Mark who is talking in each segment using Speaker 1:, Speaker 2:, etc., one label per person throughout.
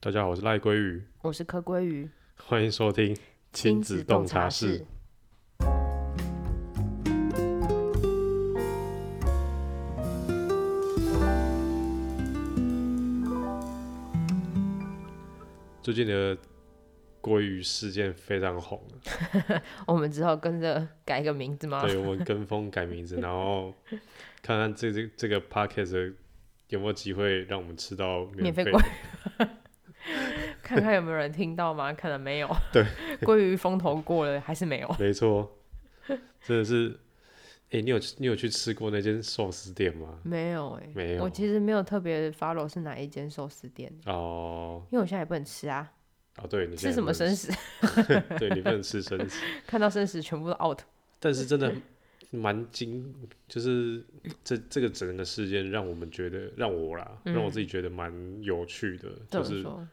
Speaker 1: 大家好，我是赖龟鱼，
Speaker 2: 我是柯鲑鱼，
Speaker 1: 欢迎收听亲子洞察室。。最近的鲑鱼事件非常红，
Speaker 2: 我们之后跟着改一个名字吗？
Speaker 1: 对我们跟风改名字，然后看看这这这个 podcast 的有没有机会让我们吃到
Speaker 2: 免费
Speaker 1: 费
Speaker 2: 鲑 看看有没有人听到吗？可能没有。
Speaker 1: 对，
Speaker 2: 鲑鱼风头过了，还是 没有。
Speaker 1: 没错，真的是。哎、你有你有去吃过那间寿司店吗？
Speaker 2: 没有哎、
Speaker 1: 没有
Speaker 2: 我其实没有特别 follow 是哪一间寿司店，
Speaker 1: 哦
Speaker 2: 因为我现在也不能吃啊，
Speaker 1: 哦，对，你现
Speaker 2: 吃
Speaker 1: 在
Speaker 2: 什么
Speaker 1: 不能
Speaker 2: 生食？
Speaker 1: 吃？对你不能吃生食，
Speaker 2: 看到生食全部都 out。
Speaker 1: 但是真的蛮惊，就是这这个整个事件让我们觉得，让我啦，让我自己觉得蛮有趣的，就
Speaker 2: 怎么
Speaker 1: 是
Speaker 2: 嗯说？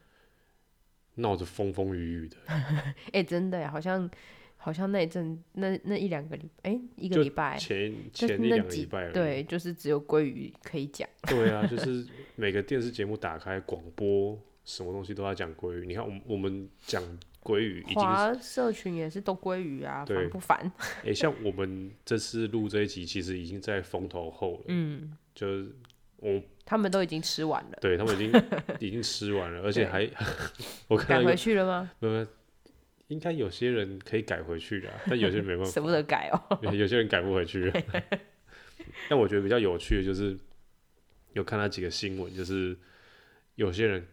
Speaker 1: 闹得风风雨雨的，
Speaker 2: 哎、真的耶好像好像那一阵那那一两个礼哎、一
Speaker 1: 就
Speaker 2: 个礼拜，
Speaker 1: 前
Speaker 2: 就
Speaker 1: 前
Speaker 2: 是
Speaker 1: 一
Speaker 2: 那
Speaker 1: 两个
Speaker 2: 几
Speaker 1: 礼拜而已，
Speaker 2: 对，就是只有鲑鱼可以讲。
Speaker 1: 对啊，就是每个电视节目打开广播，什么东西都要讲鲑鱼。你看，我们我们讲鲑鱼已经是
Speaker 2: 华社群也是都鲑鱼啊，
Speaker 1: 对
Speaker 2: 烦不烦？
Speaker 1: 诶，像我们这次录这一集，其实已经在风头后了。嗯，就是我们
Speaker 2: 他们都已经吃完了，
Speaker 1: 对他们已 经已经吃完了，而且还 我看
Speaker 2: 改
Speaker 1: 到一
Speaker 2: 回
Speaker 1: 个，
Speaker 2: 去了吗？
Speaker 1: 没有没有应该有些人可以改回去的啊、但有些人没办法，
Speaker 2: 舍不得改 哦。
Speaker 1: 有有些人改不回去。但我觉得比较有趣的就是，有看到几个新闻，就是有些人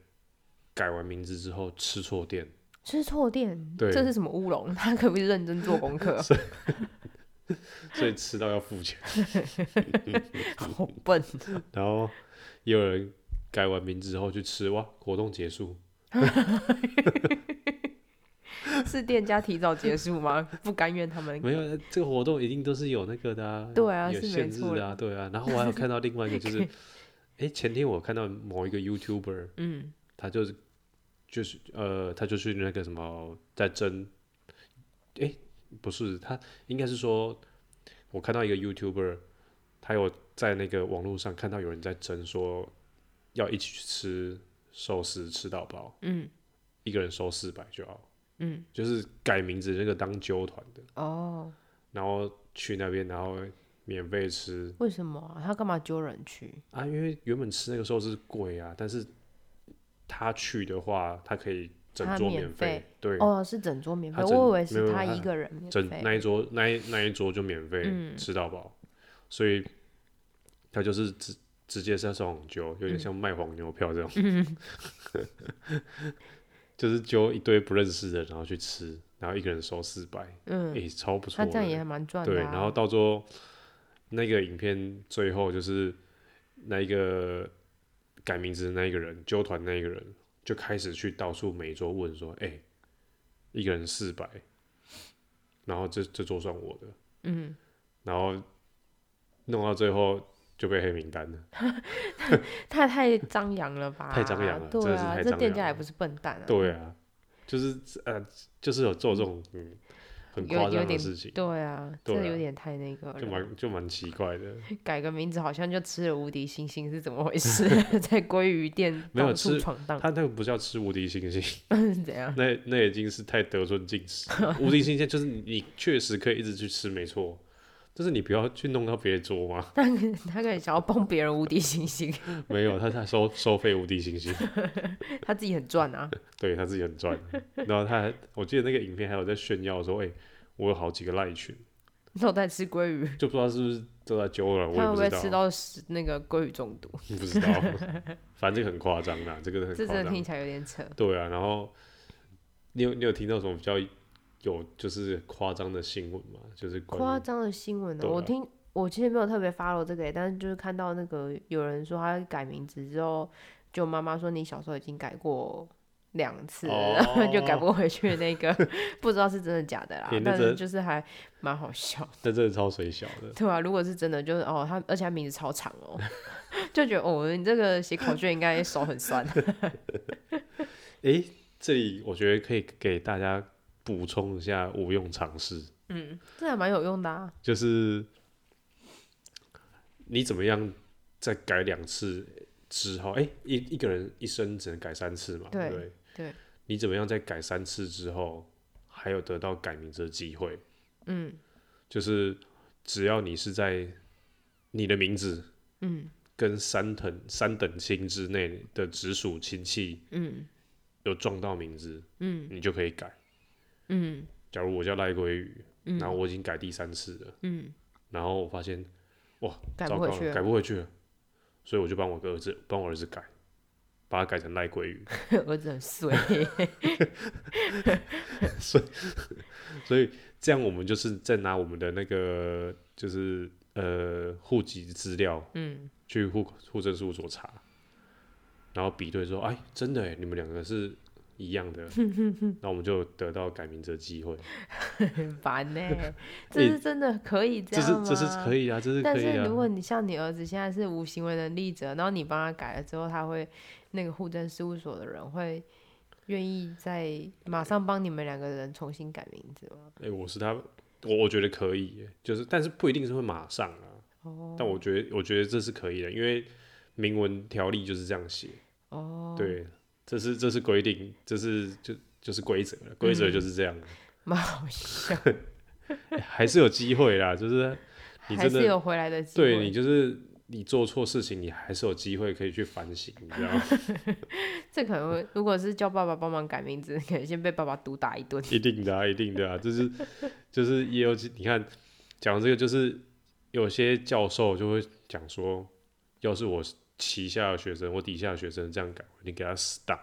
Speaker 1: 改完名字之后吃错店，
Speaker 2: 吃错店，
Speaker 1: 对
Speaker 2: 这是什么乌龙？ 他可不可以认真做 功课？
Speaker 1: 所以吃到要付钱。
Speaker 2: 好笨，
Speaker 1: 然后也有人改完名之后去吃，哇，活动结束，
Speaker 2: 是店家提早结束吗？ 不甘愿他们
Speaker 1: 没有这个活动一定都是有那个的、啊，
Speaker 2: 对啊
Speaker 1: 有
Speaker 2: 是没
Speaker 1: 限制
Speaker 2: 错，
Speaker 1: 的、啊，对啊。然后我还有看到另外一个就是 哎，前天我看到某一个 YouTuber，
Speaker 2: 嗯，
Speaker 1: 他就是就是呃，他就去那个什么在争，哎，不是他应该是说，我看到一个 YouTuber，他有在那个网络上看到有人在争说要一起去吃寿司吃到饱，
Speaker 2: 嗯，
Speaker 1: 一个人收四百就好，
Speaker 2: 嗯，
Speaker 1: 就是改名字那个当纠团的。
Speaker 2: 哦，
Speaker 1: 然后去那边，然后免费吃
Speaker 2: 为什么啊、他干嘛揪人去？
Speaker 1: 啊，因为原本吃那个时候是贵啊，但是他去的话，他可以整
Speaker 2: 他
Speaker 1: 桌
Speaker 2: 免
Speaker 1: 免费
Speaker 2: 费，
Speaker 1: 对，
Speaker 2: 哦，是整桌免费，
Speaker 1: 他整
Speaker 2: 我以为
Speaker 1: 没
Speaker 2: 是
Speaker 1: 有他
Speaker 2: 他一个人免
Speaker 1: 整那
Speaker 2: 费。
Speaker 1: 一桌那一那一桌就免费、
Speaker 2: 嗯
Speaker 1: 吃到饱，所以他就是直直接是送红酒，有点像卖黄牛票这种，
Speaker 2: 嗯
Speaker 1: 就是揪一堆不认识的，然后去吃，然后一个人收四百，
Speaker 2: 嗯，
Speaker 1: 诶，超不错
Speaker 2: 他
Speaker 1: 的，
Speaker 2: 这样也还蛮赚的、啊。
Speaker 1: 对，然后到最后那个影片最后就是那一个改名字的那一个人，纠团那一个人就开始去到处每一桌问说：“哎、一个人四百，然后这这桌算我的。”
Speaker 2: 嗯，
Speaker 1: 然后弄到最后就被黑名单了。
Speaker 2: 嗯太太张扬了吧？
Speaker 1: 太张扬了真
Speaker 2: 对
Speaker 1: 的是
Speaker 2: 啊，
Speaker 1: 太
Speaker 2: 这
Speaker 1: 张
Speaker 2: 店
Speaker 1: 扬
Speaker 2: 家也
Speaker 1: 了
Speaker 2: 不是笨蛋啊。
Speaker 1: 对啊，就是呃，就是有做这种嗯很
Speaker 2: 有
Speaker 1: 夸
Speaker 2: 有
Speaker 1: 张的
Speaker 2: 点
Speaker 1: 事情，
Speaker 2: 对啊，
Speaker 1: 对
Speaker 2: 这有
Speaker 1: 啊
Speaker 2: 点太那个
Speaker 1: 就
Speaker 2: 了。
Speaker 1: 蛮就蛮奇怪的。
Speaker 2: 改个名字好像就吃了无敌星星是怎么 回事？ 在鲑鱼店
Speaker 1: 没有
Speaker 2: 到处
Speaker 1: 吃
Speaker 2: 闯荡
Speaker 1: 他那个不叫吃无敌星星。
Speaker 2: 是 怎样？
Speaker 1: 那那已经是太得寸进尺了。无敌新鲜就是你你确实可以一直去吃，没错，但是你不要去弄到别的桌嘛。
Speaker 2: 他可他可能想要帮别人无敌星星，
Speaker 1: 没有，他他收收费无敌星星，
Speaker 2: 他自己很赚啊。
Speaker 1: 对他自己很赚。然后他还，我记得那个影片还有在炫耀说，哎、我有好几个赖群，
Speaker 2: 都在吃鲑鱼，
Speaker 1: 就不知道是不是都在揪了，我
Speaker 2: 他
Speaker 1: 也不
Speaker 2: 会不会
Speaker 1: 知
Speaker 2: 吃
Speaker 1: 道，
Speaker 2: 到食那个鲑鱼中毒？
Speaker 1: 不知 道。反正这个很夸张啦，这个很
Speaker 2: 这
Speaker 1: 夸
Speaker 2: 真的
Speaker 1: 张
Speaker 2: 听。起来有点扯。
Speaker 1: 对啊，然后你有你有听到什么比较有就是夸张的新闻吗？就是
Speaker 2: 夸
Speaker 1: 关于
Speaker 2: 张的新闻呢、
Speaker 1: 对啊
Speaker 2: 我听我其实没有特别 follow 这个耶，但是就是看到那个有人说他改名字之后，就妈妈说你小时候已经改过两次了，
Speaker 1: 哦
Speaker 2: 然后 就改不回去的那个， 不知道是真的假的啦
Speaker 1: 欸，那
Speaker 2: 但是
Speaker 1: 真
Speaker 2: 就是还蛮好笑，
Speaker 1: 但真的超水小的。
Speaker 2: 对啊，如果是真的，就是哦，他而且他名字超长哦， 就觉得哦，你这个写考卷应该手 很酸，
Speaker 1: 诶，这里我觉得可以给大家补充一下无用常识，
Speaker 2: 嗯，这还蛮有用的啊，
Speaker 1: 就是你怎么样再改两次之后，哎、一一个人一生只能改三次嘛，对
Speaker 2: 对
Speaker 1: 不对？
Speaker 2: 对，
Speaker 1: 你怎么样在改三次之后，还有得到改名字的机会？
Speaker 2: 嗯
Speaker 1: 就是只要你是在你的名字
Speaker 2: 嗯
Speaker 1: 跟三等三等亲之内的直属亲戚
Speaker 2: 嗯
Speaker 1: 有撞到名字，
Speaker 2: 嗯
Speaker 1: 你就可以改。
Speaker 2: 嗯
Speaker 1: 假如我叫赖归宇，
Speaker 2: 嗯
Speaker 1: 然后我已经改第三次了，
Speaker 2: 嗯，
Speaker 1: 然后我发现
Speaker 2: 改
Speaker 1: 糟
Speaker 2: 不
Speaker 1: 糕
Speaker 2: 回
Speaker 1: 了，
Speaker 2: 去
Speaker 1: 改
Speaker 2: 了，
Speaker 1: 不回去了，所以我就帮我个儿子帮我儿子改，把它改成赖归宇。
Speaker 2: 儿子很衰。
Speaker 1: 所以这样我们就是在拿我们的那个就是呃户籍资料
Speaker 2: 嗯
Speaker 1: 去户户政事务所查，然后比对说，哎，真的哎，你们两个是一样的， 那我们就得到改名字的机会。
Speaker 2: 很 烦呢、这是真的可以这
Speaker 1: 这
Speaker 2: 样
Speaker 1: 是
Speaker 2: 吗？
Speaker 1: 这是可
Speaker 2: 以、
Speaker 1: 以啊，这是
Speaker 2: 但
Speaker 1: 可以
Speaker 2: 是
Speaker 1: 啊
Speaker 2: 如。果你像你儿子现在是无行为能力者，然后你帮他改了之后，他会那个户政事务所的人会愿意在马上帮你们两个人重新改名字吗？
Speaker 1: 哎、我是他，我我觉得可以耶，就是但是不一定是会马上啊。
Speaker 2: 哦
Speaker 1: 但我觉得我觉得这是可以的，因为明文条例就是这样写。
Speaker 2: 哦，，
Speaker 1: 对，这是这是规定，这是就就是规则了，规则就是这样。
Speaker 2: 蛮好笑，
Speaker 1: 哎 还是有机会啦，就是你
Speaker 2: 还
Speaker 1: 真
Speaker 2: 是
Speaker 1: 的
Speaker 2: 有回来的机
Speaker 1: 对你
Speaker 2: 会。
Speaker 1: 就是你做错事情，你还是有机会可以去反省，你知道吗？
Speaker 2: 这可能会如果是叫爸爸帮忙改名字，可能先被爸爸毒打一顿。
Speaker 1: 一定的啊，一定的啊，就是就是也有你看讲这个，就是有些教授就会讲说，要是我旗下的学生，我底下的学生这样改，我一定给他死打，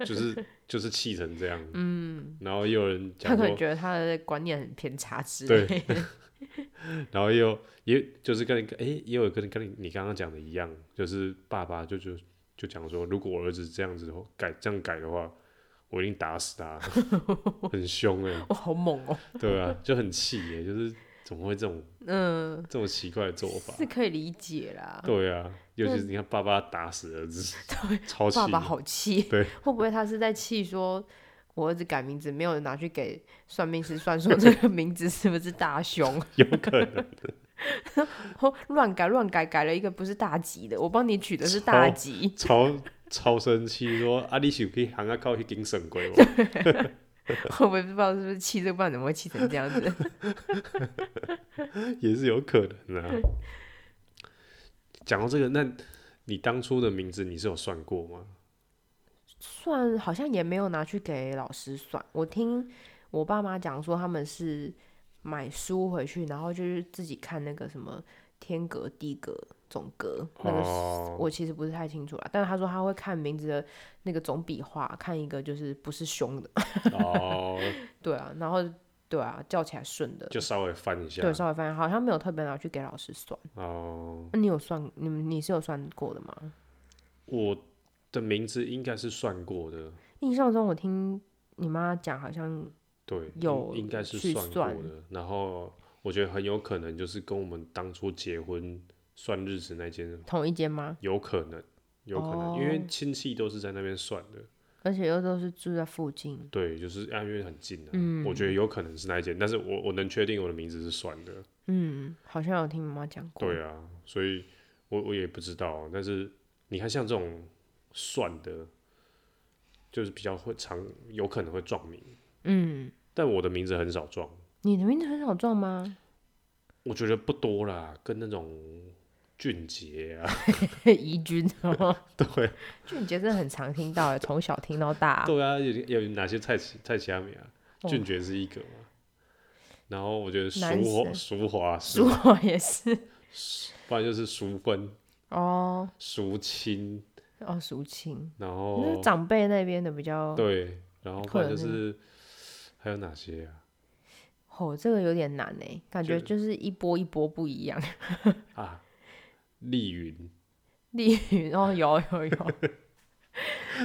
Speaker 1: 就是就是气成这样。嗯，然后也有人
Speaker 2: 他
Speaker 1: 讲
Speaker 2: 可
Speaker 1: 说
Speaker 2: 能，觉得他的观念很偏差之
Speaker 1: 对
Speaker 2: 类的。
Speaker 1: 然后也有，也就是跟哎、诶也有跟跟你你刚刚讲的一样，就是爸爸就就就讲说，如果我儿子这样子的话改这样改的话，我一定打死 他，很凶哎、
Speaker 2: 哇，好猛哦、
Speaker 1: 对啊，就很气耶、就是怎么会这种
Speaker 2: 嗯，
Speaker 1: 这种奇怪的做法
Speaker 2: 是？可以理解啦。
Speaker 1: 对啊，尤其是你看爸爸打死儿子，超气
Speaker 2: 爸爸
Speaker 1: 的，
Speaker 2: 好气，
Speaker 1: 对
Speaker 2: 会不会他是在气说，我儿子改名字没有拿去给算命 师算，说这个名字是不是大凶？
Speaker 1: 有可能
Speaker 2: 哦乱改乱改，改了一个不是大吉的，我帮你取的是大
Speaker 1: 超
Speaker 2: 吉，
Speaker 1: 超超生气说啊，你是可以行啊靠去顶神鬼吗？
Speaker 2: 我也不知道是不是气这个，不然怎么会气成这样子？
Speaker 1: 也是有可能啊。 讲到这个，那你当初的名字你是有算过吗？
Speaker 2: 算好像也没有拿去给老师算，我听我爸妈讲说他们是买书回去，然后就是自己看那个什么天格、地格、总格那个
Speaker 1: 哦，
Speaker 2: 我其实不是太清楚啦，但是他说他会看名字的那个总笔画，看一个就是不是凶的，
Speaker 1: 哦，
Speaker 2: 对啊，然后对啊，叫起来顺的，
Speaker 1: 就稍微翻一下
Speaker 2: 对，。稍微发现好像没有特别拿去给老师算。
Speaker 1: 哦，
Speaker 2: 那、你有算你们你是有算过的吗？
Speaker 1: 我的名字应该是算过的，
Speaker 2: 印象中我听你妈讲好像
Speaker 1: 对，应
Speaker 2: 有
Speaker 1: 应该是
Speaker 2: 去
Speaker 1: 算
Speaker 2: 算
Speaker 1: 过的。然后我觉得很有可能就是跟我们当初结婚算日子那间
Speaker 2: 同一间吗？
Speaker 1: 有可能，有可能，因为
Speaker 2: 哦
Speaker 1: 亲戚都是在那边算的。
Speaker 2: 而且又都是住在附近，
Speaker 1: 对，就是啊因为很近啊，
Speaker 2: 嗯
Speaker 1: 我觉得有可能是那一间，但是我我能确定我的名字是算的。
Speaker 2: 嗯，好像有听妈妈讲过，
Speaker 1: 对啊，所以我我也不知道，啊但是你看像这种算的，就是比较会常有可能会撞名，
Speaker 2: 嗯，
Speaker 1: 但我的名字很少撞，
Speaker 2: 你的名字很少撞吗？
Speaker 1: 我觉得不多啦，跟那种俊杰啊，
Speaker 2: 怡君哦，
Speaker 1: 对
Speaker 2: 俊杰真的很常听到耶，从小听到大，
Speaker 1: 对啊，有有哪些蔡奇蔡奇阿米啊，
Speaker 2: 哦
Speaker 1: 俊杰是一个嘛，然后我觉得
Speaker 2: 男
Speaker 1: 淑华
Speaker 2: 神
Speaker 1: 淑华是
Speaker 2: 淑，华也是
Speaker 1: 不然就是淑芬、
Speaker 2: 哦
Speaker 1: 淑清，
Speaker 2: 哦，淑清。
Speaker 1: 然
Speaker 2: 就是
Speaker 1: 后
Speaker 2: 长辈那边的比较，
Speaker 1: 哦对，然后不然
Speaker 2: 可
Speaker 1: 就
Speaker 2: 能
Speaker 1: 是还有哪些啊？
Speaker 2: 哦，这个有点难哎，感觉
Speaker 1: 就
Speaker 2: 就是一波一波不一样。
Speaker 1: 啊，丽云，
Speaker 2: 例如，哦，有有有，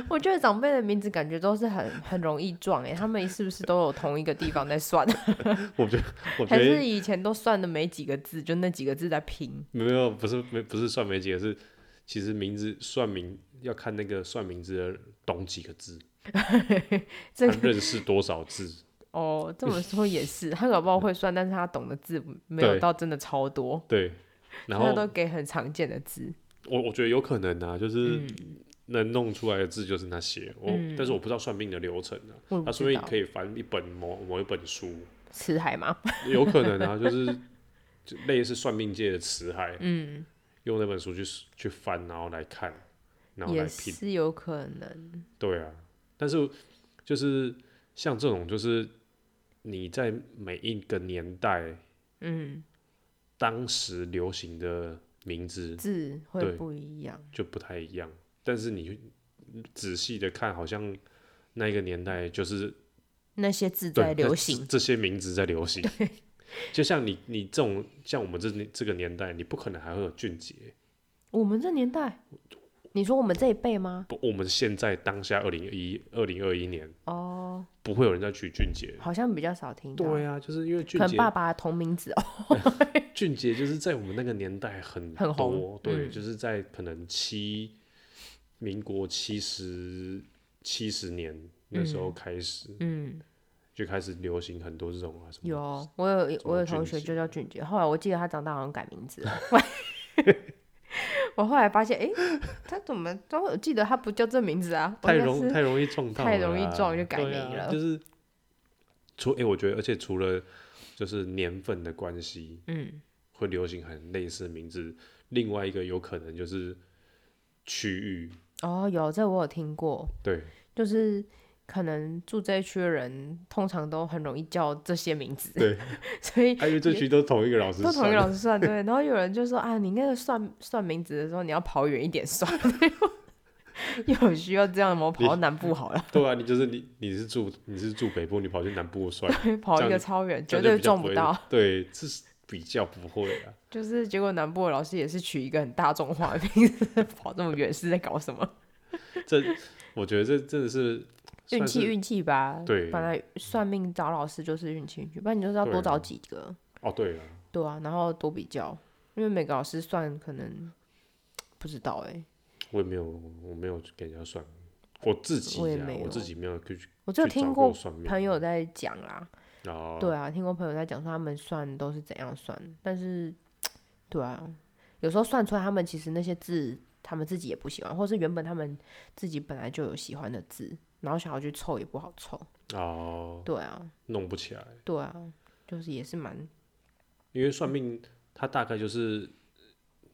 Speaker 2: 我觉得长辈的名字感觉都是很很容易撞哎，他们是不是都有同一个地方在算？
Speaker 1: 我觉得我觉
Speaker 2: 还是
Speaker 1: 得
Speaker 2: 以前都算的没几个字，就那几个字在拼？
Speaker 1: 没有，不是没不是算没几个是，其实名字算名要看那个算名字的懂几个字，他
Speaker 2: 这个
Speaker 1: 认识多少字，
Speaker 2: 哦，这么说也是， 他搞不好会算，但是他懂的字没有
Speaker 1: 对
Speaker 2: 到真的超多，
Speaker 1: 对，然
Speaker 2: 他
Speaker 1: 后
Speaker 2: 都给很常见的字。
Speaker 1: 我我觉得有可能啊，就是
Speaker 2: 嗯，
Speaker 1: 能弄出来的字就是那些。我、
Speaker 2: 嗯
Speaker 1: 但是我不知道算命的流程啊，
Speaker 2: 我也
Speaker 1: 他说
Speaker 2: 不知
Speaker 1: 不定
Speaker 2: 道
Speaker 1: 可以翻一本某某一本书，
Speaker 2: 辞 海吗？
Speaker 1: 有可能啊，就是就类似算命界的词海，
Speaker 2: 嗯，
Speaker 1: 用那本书去去翻，然后来看，然后来
Speaker 2: 也
Speaker 1: 品。
Speaker 2: 是有可能。
Speaker 1: 对啊，但是就是像这种，就是你在每一个年代
Speaker 2: 嗯，
Speaker 1: 当时流行的名字
Speaker 2: 字会
Speaker 1: 对
Speaker 2: 不一样。
Speaker 1: 就不太一样，但是你仔细的看，好像那一个年代就是
Speaker 2: 那些字
Speaker 1: 对
Speaker 2: 在流
Speaker 1: 那
Speaker 2: 行，
Speaker 1: 这些名字在流 行。就像你你这种像我们这年这个年代，你不可能还会有俊杰。
Speaker 2: 我们这年代，你说我们这一辈吗？
Speaker 1: 不，我们现在当下二零一二零二一年，
Speaker 2: 哦，
Speaker 1: 不会有人再取俊杰。
Speaker 2: 好像比较少听到。
Speaker 1: 对啊，就是因为俊
Speaker 2: 可能
Speaker 1: 杰
Speaker 2: 爸爸同名字哦。
Speaker 1: 俊杰就是在我们那个年代很
Speaker 2: 很红
Speaker 1: 多，对，
Speaker 2: 嗯
Speaker 1: 就是在可能七民国七十七十年那时候开始、
Speaker 2: 嗯，
Speaker 1: 就开始流行很多这种啊什么，
Speaker 2: 有，我有
Speaker 1: 什么
Speaker 2: 我有
Speaker 1: 俊
Speaker 2: 同学
Speaker 1: 杰
Speaker 2: 就叫俊杰，后来我记得他长大好像改 名字了。 我我后来发现，哎、他怎么都我记得他不叫这名字啊？我
Speaker 1: 太
Speaker 2: 应该
Speaker 1: 容
Speaker 2: 是
Speaker 1: 太容易撞到了
Speaker 2: 太
Speaker 1: 啦，
Speaker 2: 容易撞就改
Speaker 1: 对
Speaker 2: 名
Speaker 1: 啊
Speaker 2: 了
Speaker 1: 就是除哎、我觉得而且除了就是年份的关系
Speaker 2: 嗯
Speaker 1: 会流行很类似的名字，另外一个有可能就是区域，
Speaker 2: 哦，有这我有听过，
Speaker 1: 对
Speaker 2: 就是可能住这一区的人通常都很容易叫这些名字，
Speaker 1: 对，
Speaker 2: 所以
Speaker 1: 啊因为这区都同一个老师
Speaker 2: 都同
Speaker 1: 算的，
Speaker 2: 一个老师算对，然后有人就说啊，你那个算算名字的时候，你要跑远一点算。 有需要这样吗？我跑到南部好了，
Speaker 1: 对啊，你就是你，你是住你是住北部，你跑去南部 算，
Speaker 2: 跑
Speaker 1: 这样
Speaker 2: 一个
Speaker 1: 就
Speaker 2: 超远，
Speaker 1: 这样
Speaker 2: 绝
Speaker 1: 就
Speaker 2: 对
Speaker 1: 比较
Speaker 2: 撞不
Speaker 1: 会
Speaker 2: 到。。
Speaker 1: 对，这是比较不会啊。
Speaker 2: 就是结果南部的老师也是取一个很大众化的名字， 跑这么远是在搞什么？
Speaker 1: 这我觉得这真的是
Speaker 2: 运
Speaker 1: 算
Speaker 2: 气
Speaker 1: 是
Speaker 2: 运气吧。
Speaker 1: 对
Speaker 2: 本来算命找老师就是运气运气，不然你就是要
Speaker 1: 对
Speaker 2: 多
Speaker 1: 啊
Speaker 2: 找几个，
Speaker 1: 哦，对了，
Speaker 2: 对啊，然后多比较，因为每个老师算可能不知道哎、
Speaker 1: 我也没有，我没有去给人家算，我自己
Speaker 2: 我也
Speaker 1: 啊
Speaker 2: 没，
Speaker 1: 我自
Speaker 2: 有
Speaker 1: 己没有去去
Speaker 2: 我只有
Speaker 1: 找
Speaker 2: 听
Speaker 1: 过
Speaker 2: 过
Speaker 1: 算命
Speaker 2: 朋友在讲啦，
Speaker 1: 啊，
Speaker 2: 对啊，听过朋友在讲说他们算都是怎样算，但是，对啊，有时候算出来他们其实那些字他们自己也不喜欢，或是原本他们自己本来就有喜欢的字，然后想要去凑也不好凑。
Speaker 1: 哦，
Speaker 2: 对啊，
Speaker 1: 弄不起来，
Speaker 2: 对啊，就是也是蛮
Speaker 1: 因为算命他大概就是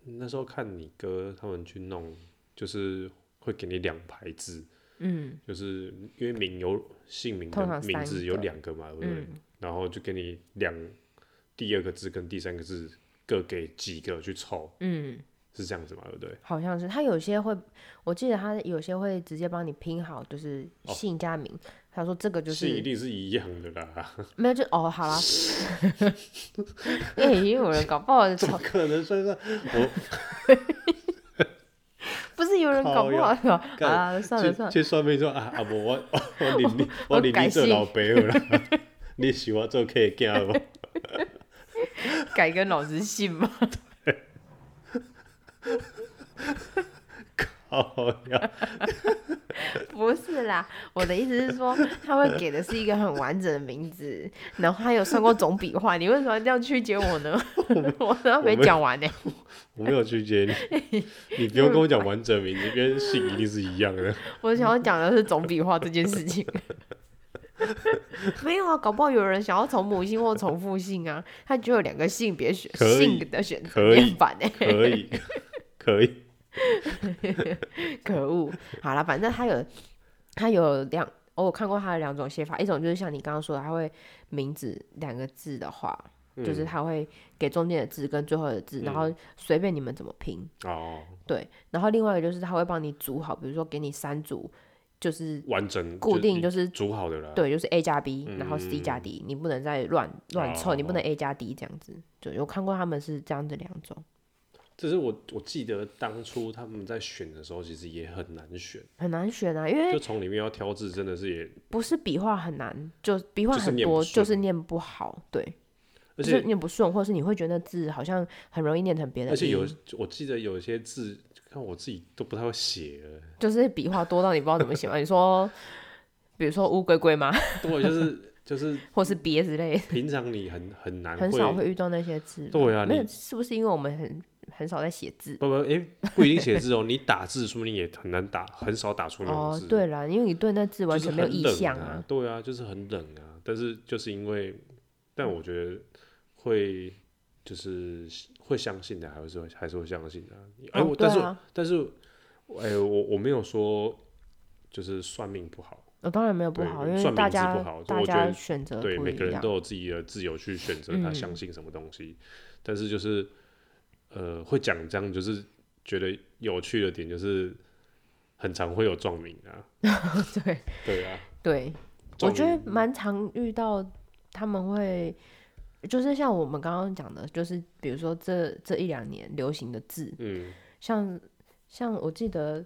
Speaker 1: 那时候看你哥他们去弄，就是会给你两排字，
Speaker 2: 嗯
Speaker 1: 就是因为名有姓名
Speaker 2: 通
Speaker 1: 的
Speaker 2: 常
Speaker 1: 名
Speaker 2: 三
Speaker 1: 字有
Speaker 2: 个
Speaker 1: 两个嘛，对不对？
Speaker 2: 嗯
Speaker 1: 然后就给你两第二个字跟第三个字各给几个去凑，
Speaker 2: 嗯，
Speaker 1: 是这样子嘛，对不对？
Speaker 2: 好像是他有些会，我记得他有些会直接帮你拼好，就是
Speaker 1: 哦
Speaker 2: 姓加名。他说这个就
Speaker 1: 姓一
Speaker 2: 是
Speaker 1: 定是一样的啦，
Speaker 2: 没有就哦好啦， 哎、也有人搞不好
Speaker 1: 怎么可能 算上？我
Speaker 2: 不是有人搞不好好
Speaker 1: 干
Speaker 2: 啦，算了
Speaker 1: 去
Speaker 2: 算了。
Speaker 1: 去算命说啊，阿伯我 我我领你
Speaker 2: 我
Speaker 1: 我领
Speaker 2: 改
Speaker 1: 你做
Speaker 2: 姓
Speaker 1: 老伯了啦， 你喜欢做客家不？
Speaker 2: 改跟老师姓吗？
Speaker 1: 哦呀，
Speaker 2: 不是啦，我的意思是说，他会给的是一个很完整的名字，然后他有算过总笔画，你为什么要这样曲解我呢？ 我都没讲完呢、
Speaker 1: 我没有拒绝你，你不用跟我讲完整名字，因为姓一定是一样的。
Speaker 2: 我想要讲的是总笔画这件事 情。没有啊，搞不好有人想要从母姓或从父姓啊，他就有两个性别选
Speaker 1: 可以
Speaker 2: 性的选择
Speaker 1: 可以
Speaker 2: 面板呢、
Speaker 1: 可 以，可以，
Speaker 2: 可恶！好啦，反正他有他有两，哦我有看过他的两种写法，一种就是像你刚刚说的，他会名字两个字的话，
Speaker 1: 嗯
Speaker 2: 就是他会给中间的字跟最后的字，然后随便你们怎么拼。
Speaker 1: 哦，
Speaker 2: 对，然后另外一个就是他会帮你组好，比如说给你三组，就是
Speaker 1: 完整
Speaker 2: 固定
Speaker 1: 一
Speaker 2: 就是
Speaker 1: 煮好的啦。，
Speaker 2: 对，就是 A 加 B，然后 C
Speaker 1: 嗯
Speaker 2: 加 D，、你不能再乱乱凑，你不
Speaker 1: 哦
Speaker 2: 能 A 加 D 这样子。对，我看过他们是这样的两种，
Speaker 1: 这是我我记得当初他们在选的时候，其实也很难选，
Speaker 2: 很难选啊，因为
Speaker 1: 就从里面要挑字，真的是也，
Speaker 2: 不是笔画很难，就笔画
Speaker 1: 就是
Speaker 2: 很
Speaker 1: 念不
Speaker 2: 多，就
Speaker 1: 顺
Speaker 2: 是念不好，对，
Speaker 1: 而
Speaker 2: 就是
Speaker 1: 且
Speaker 2: 念不顺，或是你会觉得那字好像很容易念成别的音，
Speaker 1: 而且有我记得有一些字，看我自己都不太会写了。
Speaker 2: 就是笔画多到你不知道怎么写嘛。你说，比如说乌龟龟吗，
Speaker 1: 对，就是 就是
Speaker 2: 或是鳖之类的，
Speaker 1: 平常你很很难
Speaker 2: 很少会遇到那些字嘛。
Speaker 1: 对啊
Speaker 2: 没有
Speaker 1: 你
Speaker 2: 是不是因为我们很很少在写字。
Speaker 1: 不不，哎、不一定写字哦，你打字说不定也很难打，很少打出那种
Speaker 2: 哦
Speaker 1: 字。，
Speaker 2: 对啦，因为你对那字完全没有
Speaker 1: 就是
Speaker 2: 意
Speaker 1: 很冷
Speaker 2: 向
Speaker 1: 啊
Speaker 2: 啊。。
Speaker 1: 对啊，就是很冷啊。但是就是因为，但我觉得会就是会相信的，还是会还是会相信的啊、哎、
Speaker 2: 哦
Speaker 1: 我、
Speaker 2: 对
Speaker 1: 但是
Speaker 2: 啊
Speaker 1: 但是，哎、我我没有说就是算命不好，
Speaker 2: 我哦当然没有不
Speaker 1: 对
Speaker 2: 好，因为
Speaker 1: 算
Speaker 2: 大
Speaker 1: 命是
Speaker 2: 家
Speaker 1: 不好
Speaker 2: 大
Speaker 1: 我觉
Speaker 2: 家
Speaker 1: 得
Speaker 2: 选择
Speaker 1: 对
Speaker 2: 呃不
Speaker 1: 每
Speaker 2: 一
Speaker 1: 个人
Speaker 2: 样。
Speaker 1: 都有自己的自由去选择他
Speaker 2: 嗯
Speaker 1: 相信什么东西。但是就是呃，会讲这样，就是觉得有趣的点就是。很常会有撞名啊，
Speaker 2: 对
Speaker 1: 对啊，
Speaker 2: 对，我
Speaker 1: 撞
Speaker 2: 觉得
Speaker 1: 名
Speaker 2: 蛮常遇到他们会，就是像我们刚刚讲的，就是比如说这这一两年流行的字，
Speaker 1: 嗯，
Speaker 2: 像像我记得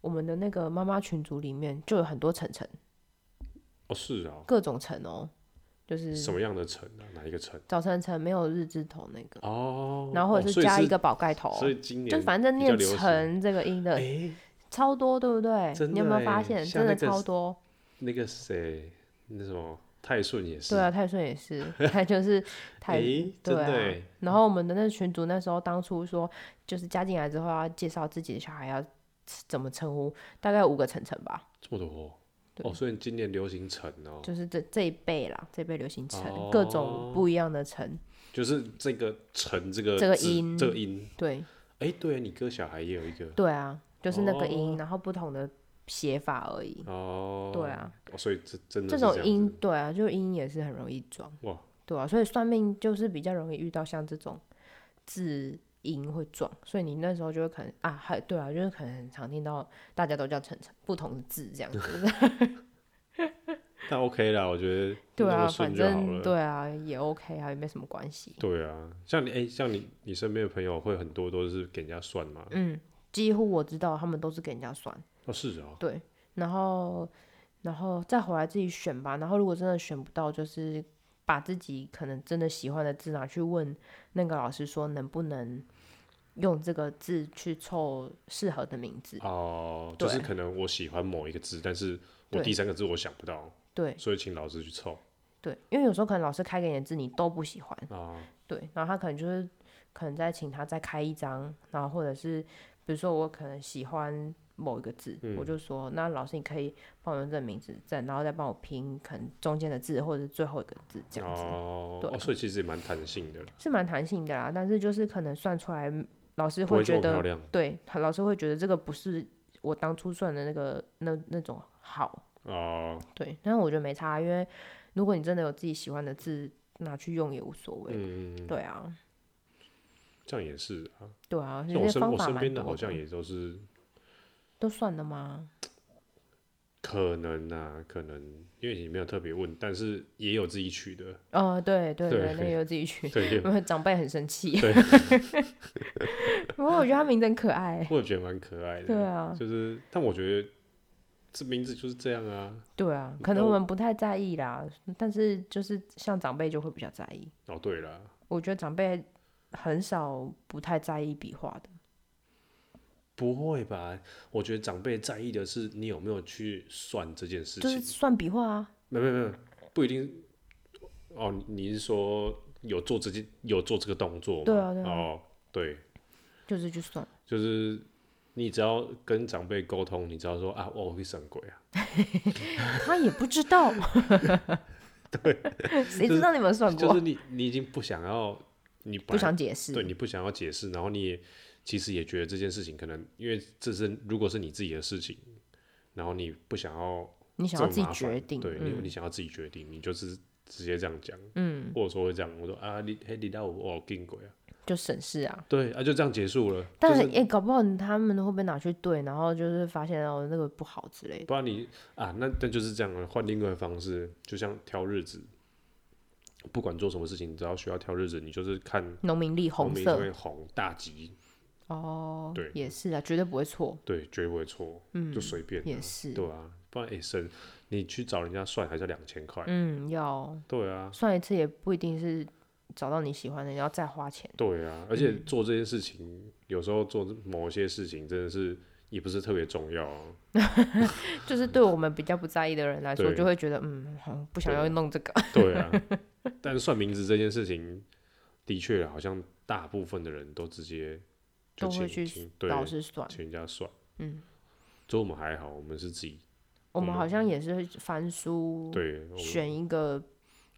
Speaker 2: 我们的那个妈妈群组里面就有很多晨晨，
Speaker 1: 哦是啊、
Speaker 2: 各种晨哦，就是
Speaker 1: 什么样的城啊？哪一个城？
Speaker 2: 早晨晨没有日字头那个，
Speaker 1: 哦，
Speaker 2: 然后或
Speaker 1: 哦
Speaker 2: 者是
Speaker 1: 所以
Speaker 2: 加一个宝盖头，
Speaker 1: 所以今
Speaker 2: 就
Speaker 1: 年
Speaker 2: 反正
Speaker 1: 比较
Speaker 2: 念
Speaker 1: 流行
Speaker 2: 晨这个音的、
Speaker 1: 哎，
Speaker 2: 超多，对不对？
Speaker 1: 真
Speaker 2: 你有没
Speaker 1: 的
Speaker 2: 有发
Speaker 1: 欸像
Speaker 2: 现真的
Speaker 1: 那个
Speaker 2: 超
Speaker 1: 是
Speaker 2: 多？
Speaker 1: 那个谁，那什么泰顺也是，
Speaker 2: 对啊，泰顺也 是，他就是泰，
Speaker 1: 诶真
Speaker 2: 对
Speaker 1: 的
Speaker 2: 啊
Speaker 1: 欸。
Speaker 2: 然后我们的那群主那时候当初说，就是加进来之后要介绍自己的小孩要怎么称呼，大概有五个晨晨吧，
Speaker 1: 这么多
Speaker 2: 对
Speaker 1: 哦，所以今年流行城哦，
Speaker 2: 就是这这一辈啦，这一辈流行晨，各种不一样的晨，
Speaker 1: 就是这个城这个
Speaker 2: 这个
Speaker 1: 字
Speaker 2: 音
Speaker 1: 这个音，
Speaker 2: 对
Speaker 1: 哎，对啊，你哥小孩也有一个
Speaker 2: 对啊，就是那个音，然后不同的写法而已。
Speaker 1: 哦，
Speaker 2: 对啊，
Speaker 1: 哦，所以这真的
Speaker 2: 这
Speaker 1: 是
Speaker 2: 种
Speaker 1: 样
Speaker 2: 音
Speaker 1: 子
Speaker 2: 对啊，就音也是很容易撞
Speaker 1: 哇，
Speaker 2: 对啊，所以算命就是比较容易遇到像这种字音会撞，所以你那时候就会可能啊，还对啊，就是可能很常听到大家都叫晨晨，不同的字这样 子，
Speaker 1: 那 OK 啦，我觉得
Speaker 2: 对
Speaker 1: 那么
Speaker 2: 啊，
Speaker 1: 顺
Speaker 2: 反
Speaker 1: 就好
Speaker 2: 正
Speaker 1: 了。
Speaker 2: 对啊也 OK 啊，也没什么关系，
Speaker 1: 对啊，像你哎，像你你身边的朋友会很多都是给人家算吗？
Speaker 2: 嗯，几乎我知道他们都是给人家算，
Speaker 1: 哦，是哦，
Speaker 2: 对，然后然后再回来自己选吧，然后如果真的选不到，就是把自己可能真的喜欢的字拿去问那个老师说能不能用这个字去凑适合的名字，
Speaker 1: 哦，就是
Speaker 2: 对
Speaker 1: 可能我喜欢某一个字，但是我
Speaker 2: 对
Speaker 1: 第三个字我想不到，
Speaker 2: 对
Speaker 1: 所以请老师去凑
Speaker 2: 对，因为有时候可能老师开给你的字你都不喜欢，
Speaker 1: 啊。
Speaker 2: 对，然后他可能就是可能再请他再开一张，然后或者是比如说我可能喜欢某一个字，我就说那老师你可以帮我用这个名字再，然后再帮我拼可能中间的字或者是最后一个字这样子，
Speaker 1: 哦，
Speaker 2: 对
Speaker 1: 哦所以其实也蛮弹性的，
Speaker 2: 是蛮弹性的啦，但是就是可能算出来嗯老师
Speaker 1: 不
Speaker 2: 会
Speaker 1: 会这么
Speaker 2: 觉
Speaker 1: 漂
Speaker 2: 得，
Speaker 1: 亮
Speaker 2: 对，老师会觉得这个不是我当初算的那个那那种好，
Speaker 1: 哦。
Speaker 2: 对，但是我觉得没差，啊因为如果你真的有自己喜欢的字拿去用也无所谓，
Speaker 1: 嗯，
Speaker 2: 对啊。
Speaker 1: 这样也是啊。
Speaker 2: 对啊，
Speaker 1: 像
Speaker 2: 有
Speaker 1: 我
Speaker 2: 些
Speaker 1: 身
Speaker 2: 方
Speaker 1: 我
Speaker 2: 法
Speaker 1: 身
Speaker 2: 蛮
Speaker 1: 边的
Speaker 2: 多
Speaker 1: 好像也都是
Speaker 2: 都算了吗？
Speaker 1: 可能啊，可能因为你没有特别问，但是也有自己取的，
Speaker 2: 呃，对对
Speaker 1: 对
Speaker 2: 对，那个有自己去，
Speaker 1: 对，也有
Speaker 2: 因为 长辈很生气。
Speaker 1: 对
Speaker 2: 不过我觉得他名字很可爱。
Speaker 1: 我也觉得蛮可爱的。
Speaker 2: 嗯对啊，
Speaker 1: 就是但我觉得这名字就是这样啊。
Speaker 2: 对啊，可能
Speaker 1: 那
Speaker 2: 我
Speaker 1: 我
Speaker 2: 们不太在意啦，但是就是像长辈就会比较在意。
Speaker 1: 哦，对啦，
Speaker 2: 我觉得长辈很少不太在意笔画的。
Speaker 1: 不会吧？我觉得长辈在意的是你有没有去算这件事
Speaker 2: 就
Speaker 1: 情。
Speaker 2: 是算笔画啊，
Speaker 1: 没有没有没有，不一定。哦，你你是说有做这件有做这个动作吗？
Speaker 2: 对啊对啊
Speaker 1: 哦，对，
Speaker 2: 就是去算。
Speaker 1: 就是你只要跟长辈沟通，你只要说啊，哦我会神鬼啊，
Speaker 2: 他也不 知道。对， 谁知道你有没有算
Speaker 1: 就
Speaker 2: 过
Speaker 1: 是？你你已经不想要，你本
Speaker 2: 不
Speaker 1: 来
Speaker 2: 想解释。
Speaker 1: 对你不想要解释，然后你也其实也觉得这件事情可能因为这是如果是你自己的事情，然后你不想要
Speaker 2: 你
Speaker 1: 这
Speaker 2: 想
Speaker 1: 么
Speaker 2: 要自己
Speaker 1: 麻
Speaker 2: 决
Speaker 1: 烦
Speaker 2: 定。
Speaker 1: 对你
Speaker 2: 嗯
Speaker 1: 你想要自己决定，你就是直接这样讲，
Speaker 2: 嗯，
Speaker 1: 或者说会这样，我说啊，你嘿你到我我见鬼啊，
Speaker 2: 就省事啊。
Speaker 1: 对啊，就这样结束了，
Speaker 2: 但
Speaker 1: 就是
Speaker 2: 也、欸搞不好他们会不会拿去对，然后就是发现哦那个不好之类的。
Speaker 1: 不然你啊，那那就是这样了，换另外一个方式，就像挑日子，不管做什么事情，只要需要挑日子，你就是看
Speaker 2: 农民历
Speaker 1: 红
Speaker 2: 红
Speaker 1: 名上
Speaker 2: 色
Speaker 1: 面红大吉，
Speaker 2: 哦
Speaker 1: 对，
Speaker 2: 也是啊，绝对不会错，
Speaker 1: 对，绝对不会错，
Speaker 2: 嗯
Speaker 1: 就，随便啊、
Speaker 2: 也是，
Speaker 1: 对啊，不然哎、省，你去找人家算还是两千块，
Speaker 2: 嗯，要
Speaker 1: 对啊，
Speaker 2: 算一次也不一定是找到你喜欢的，你要再花钱，
Speaker 1: 对啊，而且做这件事情，有时候做某些事情真的是也不是特别重要、啊，
Speaker 2: 就是对我们比较不在意的人来说，
Speaker 1: 对
Speaker 2: 就会觉得嗯，好不想要弄这个，
Speaker 1: 对 啊，但是算名字这件事情，的确好像大部分的人都直接就
Speaker 2: 都会
Speaker 1: 请
Speaker 2: 去
Speaker 1: 请对
Speaker 2: 老师算。
Speaker 1: 请人家算。
Speaker 2: 嗯，
Speaker 1: 所以我们还好，我们是自己我
Speaker 2: 我们
Speaker 1: 们
Speaker 2: 好像也是会翻书，
Speaker 1: 对，我们
Speaker 2: 选一个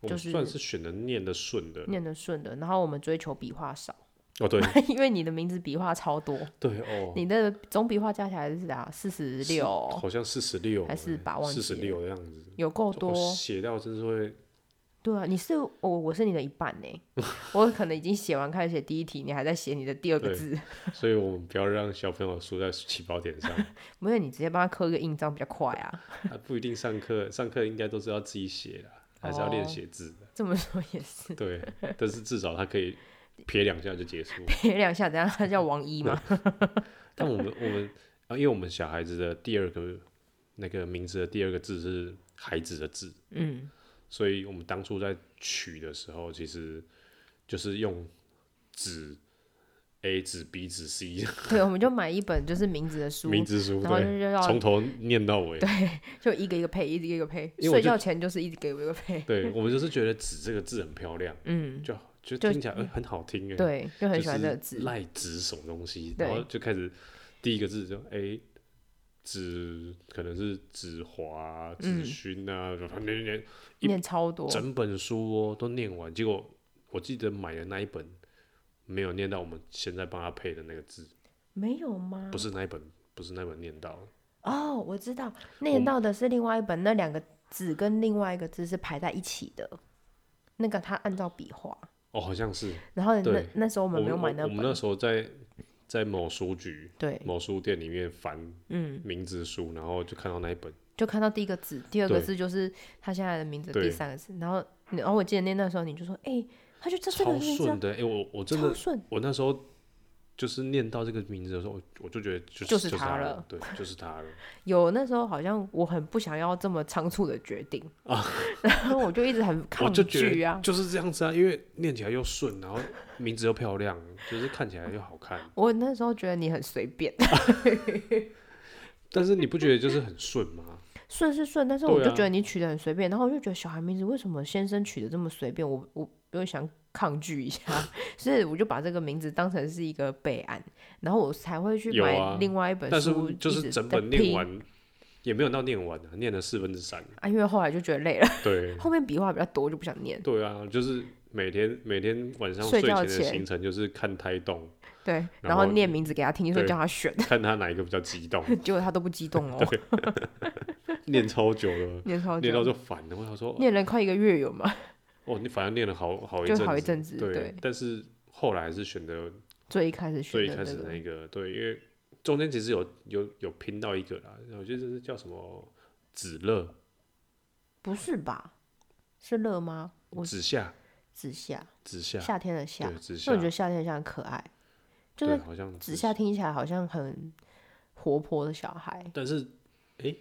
Speaker 1: 我
Speaker 2: 就
Speaker 1: 们
Speaker 2: 是
Speaker 1: 算是选的念的顺的。
Speaker 2: 念得顺的，然后我们追求笔画少，
Speaker 1: 哦，对
Speaker 2: 因为你的名字笔画超多，
Speaker 1: 对哦，
Speaker 2: 你的总笔画加起来是啊 四十
Speaker 1: 是
Speaker 2: 六，
Speaker 1: 好像四十六哎
Speaker 2: 还是把忘记
Speaker 1: 四十六的样子，
Speaker 2: 有够
Speaker 1: 哦
Speaker 2: 多。
Speaker 1: 写到真是会
Speaker 2: 对啊，你是我、我是你的一半 呢，我可能已经写完开始写第一题，你还在写你的第二个
Speaker 1: 对
Speaker 2: 字，
Speaker 1: 所以我们不要让小朋友输在起跑点 上，
Speaker 2: 没有你直接帮他刻个印章比较快啊。
Speaker 1: 他不一定上课，上课应该都是要自己写的，还是要练
Speaker 2: 哦
Speaker 1: 写字的，
Speaker 2: 这么说也是，
Speaker 1: 对，但是至少他可以撇两下就结束。
Speaker 2: 撇两下，等下他叫王一嘛。
Speaker 1: 但我们我们啊，因为我们小孩子的第二个那个名字的第二个字是孩子的字，
Speaker 2: 嗯，
Speaker 1: 所以我们当初在取的时候，其实就是用纸 A 纸 B 纸 C
Speaker 2: 对，我们就买一本就是名字的书，
Speaker 1: 名字书，
Speaker 2: 然后
Speaker 1: 对，
Speaker 2: 就要
Speaker 1: 从头念到尾。
Speaker 2: 就一个一个配，一个一个配，
Speaker 1: 因为我
Speaker 2: 睡
Speaker 1: 就
Speaker 2: 觉前就是一直给我一个 配。
Speaker 1: 对，我们就是觉得“纸”这个字很漂亮，
Speaker 2: 嗯，
Speaker 1: 就就
Speaker 2: 就
Speaker 1: 听起来、呃很好听哎，，
Speaker 2: 对，就很喜欢这个字。
Speaker 1: 赖纸什么东西，
Speaker 2: 对
Speaker 1: 然后就开始第一个字就 A。纸可能是纸华啊、
Speaker 2: 嗯
Speaker 1: 纸勋啊，然后念念念一
Speaker 2: 念超多，
Speaker 1: 整本书哦都念完，结果我记得买的那一本没有念到我们现在帮他配的那个字，
Speaker 2: 没有吗？
Speaker 1: 不是那一本，不是那本念到了，
Speaker 2: 哦，我知道，
Speaker 1: 我
Speaker 2: 念到的是另外一本，那两个字跟另外一个字是排在一起的，那个它按照笔画。
Speaker 1: 哦，好像是
Speaker 2: 然后那
Speaker 1: 对
Speaker 2: 那时候我
Speaker 1: 我
Speaker 2: 们没有买
Speaker 1: 我
Speaker 2: 那
Speaker 1: 我们那
Speaker 2: 本，
Speaker 1: 时候在在某书局、
Speaker 2: 对，
Speaker 1: 某书店里面翻
Speaker 2: 嗯，
Speaker 1: 名字书，然后就看到那一本，
Speaker 2: 就看到第一个字，第二个
Speaker 1: 对
Speaker 2: 字就是他现在的名字，
Speaker 1: 对
Speaker 2: 第三个字。然后你，然后我记得那那时候你就说，哎，他就这这个
Speaker 1: 超
Speaker 2: 名字啊
Speaker 1: 顺的，哎、我我真
Speaker 2: 超
Speaker 1: 的，
Speaker 2: 顺，
Speaker 1: 我那时候。就是念到这个名字的时候，我我就觉得就是
Speaker 2: 就是
Speaker 1: 是
Speaker 2: 他
Speaker 1: 他
Speaker 2: 了
Speaker 1: 对，就是他 了。
Speaker 2: 有那时候好像我很不想要这么仓促的决 定，然后我就一直很
Speaker 1: 啊我
Speaker 2: 抗
Speaker 1: 就觉
Speaker 2: 拒
Speaker 1: 得
Speaker 2: 啊。
Speaker 1: 就是这样子啊，因为念起来又顺，然后名字又漂亮，就是看起来又好看。
Speaker 2: 我那时候觉得你很随便，
Speaker 1: 但是你不觉得就是很顺 吗？
Speaker 2: 顺是顺，但是
Speaker 1: 对
Speaker 2: 我就
Speaker 1: 啊
Speaker 2: 觉得你取的很随便，然后我就觉得小孩名字为什么先生取的这么随便，我我又想抗拒一下， 所以我就把这个名字当成是一个备案，然后我才会去
Speaker 1: 有
Speaker 2: 买
Speaker 1: 啊
Speaker 2: 另外一本
Speaker 1: 但是
Speaker 2: 书，
Speaker 1: 就
Speaker 2: 一
Speaker 1: 是
Speaker 2: 直
Speaker 1: 整
Speaker 2: 在
Speaker 1: 本念
Speaker 2: 拼
Speaker 1: 完，也没有到念完啊，念了四分之三。
Speaker 2: 啊，因为后来就觉得累了，
Speaker 1: 对
Speaker 2: 后面笔画比较多，我就不想念。
Speaker 1: 对啊，就是每天每天晚上
Speaker 2: 睡
Speaker 1: 睡
Speaker 2: 觉
Speaker 1: 前的
Speaker 2: 前
Speaker 1: 行程就是看胎 动，
Speaker 2: 对，
Speaker 1: 然
Speaker 2: 然后
Speaker 1: 后
Speaker 2: 念名字给他听，说
Speaker 1: 对
Speaker 2: 叫他选，
Speaker 1: 看他哪一个比较激动，
Speaker 2: 结果他都不激动哦，
Speaker 1: 念超久了，
Speaker 2: 念超
Speaker 1: 念到
Speaker 2: 久，
Speaker 1: 就烦了。我想说，
Speaker 2: 念了快一个月有吗？
Speaker 1: 哦，你反正念了好好一
Speaker 2: 就
Speaker 1: 阵
Speaker 2: 好一
Speaker 1: 子
Speaker 2: 阵子，
Speaker 1: 对
Speaker 2: 对，，
Speaker 1: 但是后来还是选择
Speaker 2: 最一开始
Speaker 1: 最
Speaker 2: 选
Speaker 1: 一
Speaker 2: 的
Speaker 1: 开
Speaker 2: 那
Speaker 1: 始
Speaker 2: 个
Speaker 1: 那个，对，因为中间其实有有有拼到一个啦，我觉得这是叫什么子乐
Speaker 2: 不是吧？是乐吗？我
Speaker 1: 子夏
Speaker 2: 子夏，
Speaker 1: 子夏，
Speaker 2: 夏天的夏
Speaker 1: 对，子夏
Speaker 2: 那我，觉得夏天的夏很可爱，就
Speaker 1: 对，
Speaker 2: 是
Speaker 1: 好像
Speaker 2: 子夏听起来好像很活泼的小孩，
Speaker 1: 但是，哎、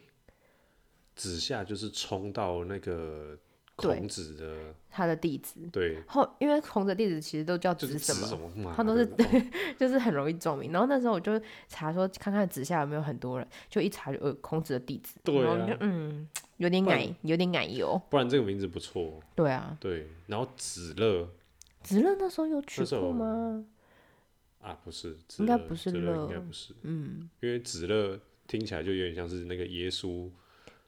Speaker 1: 子夏就是冲到那个
Speaker 2: 对
Speaker 1: 孔子的，
Speaker 2: 他的弟子。
Speaker 1: 对，
Speaker 2: 后因为孔子弟子其实都叫
Speaker 1: 就
Speaker 2: 子
Speaker 1: 是
Speaker 2: 什
Speaker 1: 子
Speaker 2: 么，
Speaker 1: 什么嘛，
Speaker 2: 他都是
Speaker 1: 对哦
Speaker 2: 就是很容易撞名。然后那时候我就查说看看子夏有没有很多人，就一查就呃孔子的弟子，
Speaker 1: 对
Speaker 2: 然后
Speaker 1: 啊
Speaker 2: 就嗯有点
Speaker 1: 不然
Speaker 2: 奶有点奶油，
Speaker 1: 不然这个名字不错，
Speaker 2: 对啊。
Speaker 1: 对。然后子乐
Speaker 2: 子乐那时候有取
Speaker 1: 那时候
Speaker 2: 过吗？
Speaker 1: 啊，不是，子
Speaker 2: 应该
Speaker 1: 乐
Speaker 2: 不是
Speaker 1: 子乐，
Speaker 2: 乐
Speaker 1: 应该不是，
Speaker 2: 嗯
Speaker 1: 因为子乐听起来就有点像是那个耶稣，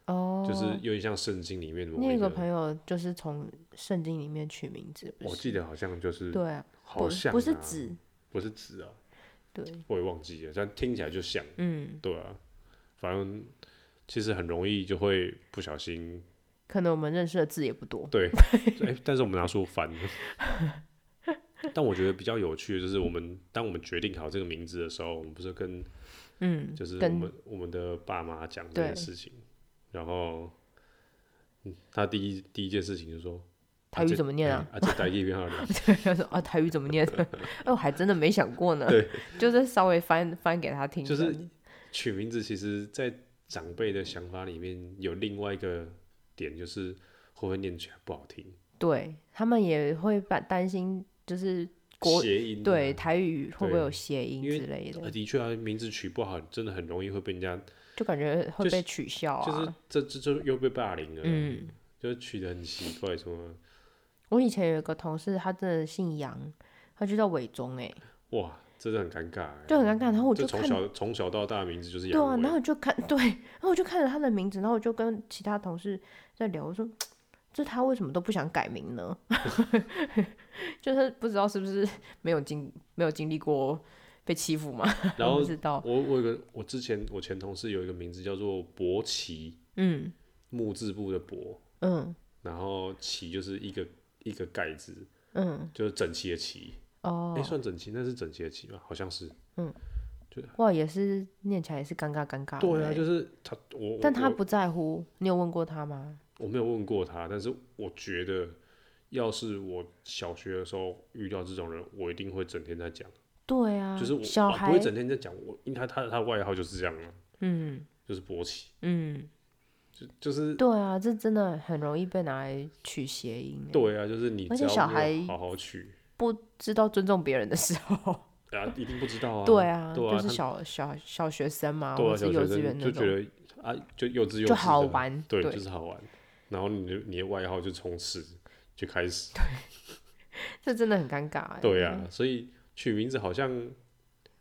Speaker 2: 哦，
Speaker 1: 就是有点像圣经里面某
Speaker 2: 你有
Speaker 1: 一个。
Speaker 2: 个朋友就是从圣经里面取名字，不
Speaker 1: 我
Speaker 2: 是？
Speaker 1: 记得好像就是，
Speaker 2: 对啊，
Speaker 1: 好像、啊、
Speaker 2: 不不是，子，
Speaker 1: 不是子啊，
Speaker 2: 对，
Speaker 1: 我也忘记了，但听起来就像。
Speaker 2: 嗯，
Speaker 1: 对啊，反正其实很容易就会不小心
Speaker 2: 可能我们认识的字也不多，
Speaker 1: 对，哎、但是我们拿书翻了。但我觉得比较有趣的就是，我们当我们决定好这个名字的时候，我们不是跟
Speaker 2: 嗯，
Speaker 1: 就是我
Speaker 2: 跟
Speaker 1: 们我们的爸妈讲这
Speaker 2: 对
Speaker 1: 件事情，然后、嗯、他第一第一件事情就说
Speaker 2: 台语
Speaker 1: 这
Speaker 2: 怎么念啊？
Speaker 1: 啊，这台语变好了，
Speaker 2: 他说啊，台语怎么念？ 哎，我还真的没想过呢。
Speaker 1: 对，
Speaker 2: 就是稍微翻翻给他听这
Speaker 1: 就
Speaker 2: 样子。
Speaker 1: 是取名字，其实在长辈的想法里面有另外一个点，就是会不会念起来不好听，
Speaker 2: 对他们也会担担心，就是国
Speaker 1: 谐音啊、
Speaker 2: 对台语会不
Speaker 1: 对
Speaker 2: 会有谐音
Speaker 1: 因为
Speaker 2: 之类的
Speaker 1: 呃，，的确啊，名字取不好，真的很容易会被人家，
Speaker 2: 就感觉会
Speaker 1: 就
Speaker 2: 被取笑啊。
Speaker 1: 就是这这就又被霸凌了，
Speaker 2: 嗯，
Speaker 1: 就是取得很奇怪，什么
Speaker 2: 我以前有一个同事，他真的姓杨，他就叫伟忠哎、
Speaker 1: 哇，真的很尴尬欸。
Speaker 2: 就很尴尬。然后啊我
Speaker 1: 嗯这
Speaker 2: 就
Speaker 1: 从
Speaker 2: 看
Speaker 1: 小从小到大的名字就是
Speaker 2: 对
Speaker 1: 杨
Speaker 2: 啊，
Speaker 1: 伟
Speaker 2: 然后我就看 对，然后我就看着他的名字，然后我就跟其他同事在聊，我说这他为什么都不想改名呢？ 就是不知道是不是没有经没有经历过被欺负嘛？
Speaker 1: 然后
Speaker 2: 不知道，
Speaker 1: 我我有个我之前我前同事有一个名字叫做博奇，
Speaker 2: 嗯
Speaker 1: 木字部的博，
Speaker 2: 嗯
Speaker 1: 然后奇就是一个一个盖字，
Speaker 2: 嗯，
Speaker 1: 就是整齐的齐。
Speaker 2: 哦
Speaker 1: 哎、，算整齐，那是整齐的齐吧？好像是。
Speaker 2: 哇，也是念起来也是尴尬尴尬的欸。
Speaker 1: 对啊，就是他，我
Speaker 2: 但他
Speaker 1: 我
Speaker 2: 不在乎，你有问过他吗？
Speaker 1: 我没有问过他，但是我觉得，要是我小学的时候遇到这种人，我一定会整天在讲，
Speaker 2: 对啊，
Speaker 1: 就是我
Speaker 2: 小
Speaker 1: 我
Speaker 2: 孩，
Speaker 1: 不会整天在讲，我应该他他的外号就是这样了，
Speaker 2: 嗯
Speaker 1: 就是勃起，
Speaker 2: 嗯，
Speaker 1: 就就是
Speaker 2: 对啊，这真的很容易被拿来取谐音欸。
Speaker 1: 对啊，就是你
Speaker 2: 而
Speaker 1: 只
Speaker 2: 且
Speaker 1: 要
Speaker 2: 小
Speaker 1: 没有
Speaker 2: 孩
Speaker 1: 好好取
Speaker 2: 不知道尊重别人的时候，
Speaker 1: 啊，一定不知道啊，
Speaker 2: 对啊，
Speaker 1: 对
Speaker 2: 就是
Speaker 1: 他
Speaker 2: 小小小学生嘛，
Speaker 1: 对
Speaker 2: 或
Speaker 1: 啊，
Speaker 2: 者
Speaker 1: 小
Speaker 2: 幼
Speaker 1: 学
Speaker 2: 稚
Speaker 1: 生
Speaker 2: 园那
Speaker 1: 就觉
Speaker 2: 种，
Speaker 1: 得啊，就幼稚幼稚
Speaker 2: 就好
Speaker 1: 的，
Speaker 2: 玩，
Speaker 1: 对，就是好玩，然后你的你的外号就从此就开始，
Speaker 2: 这真的很尴尬欸。
Speaker 1: 对啊，所以取名字好像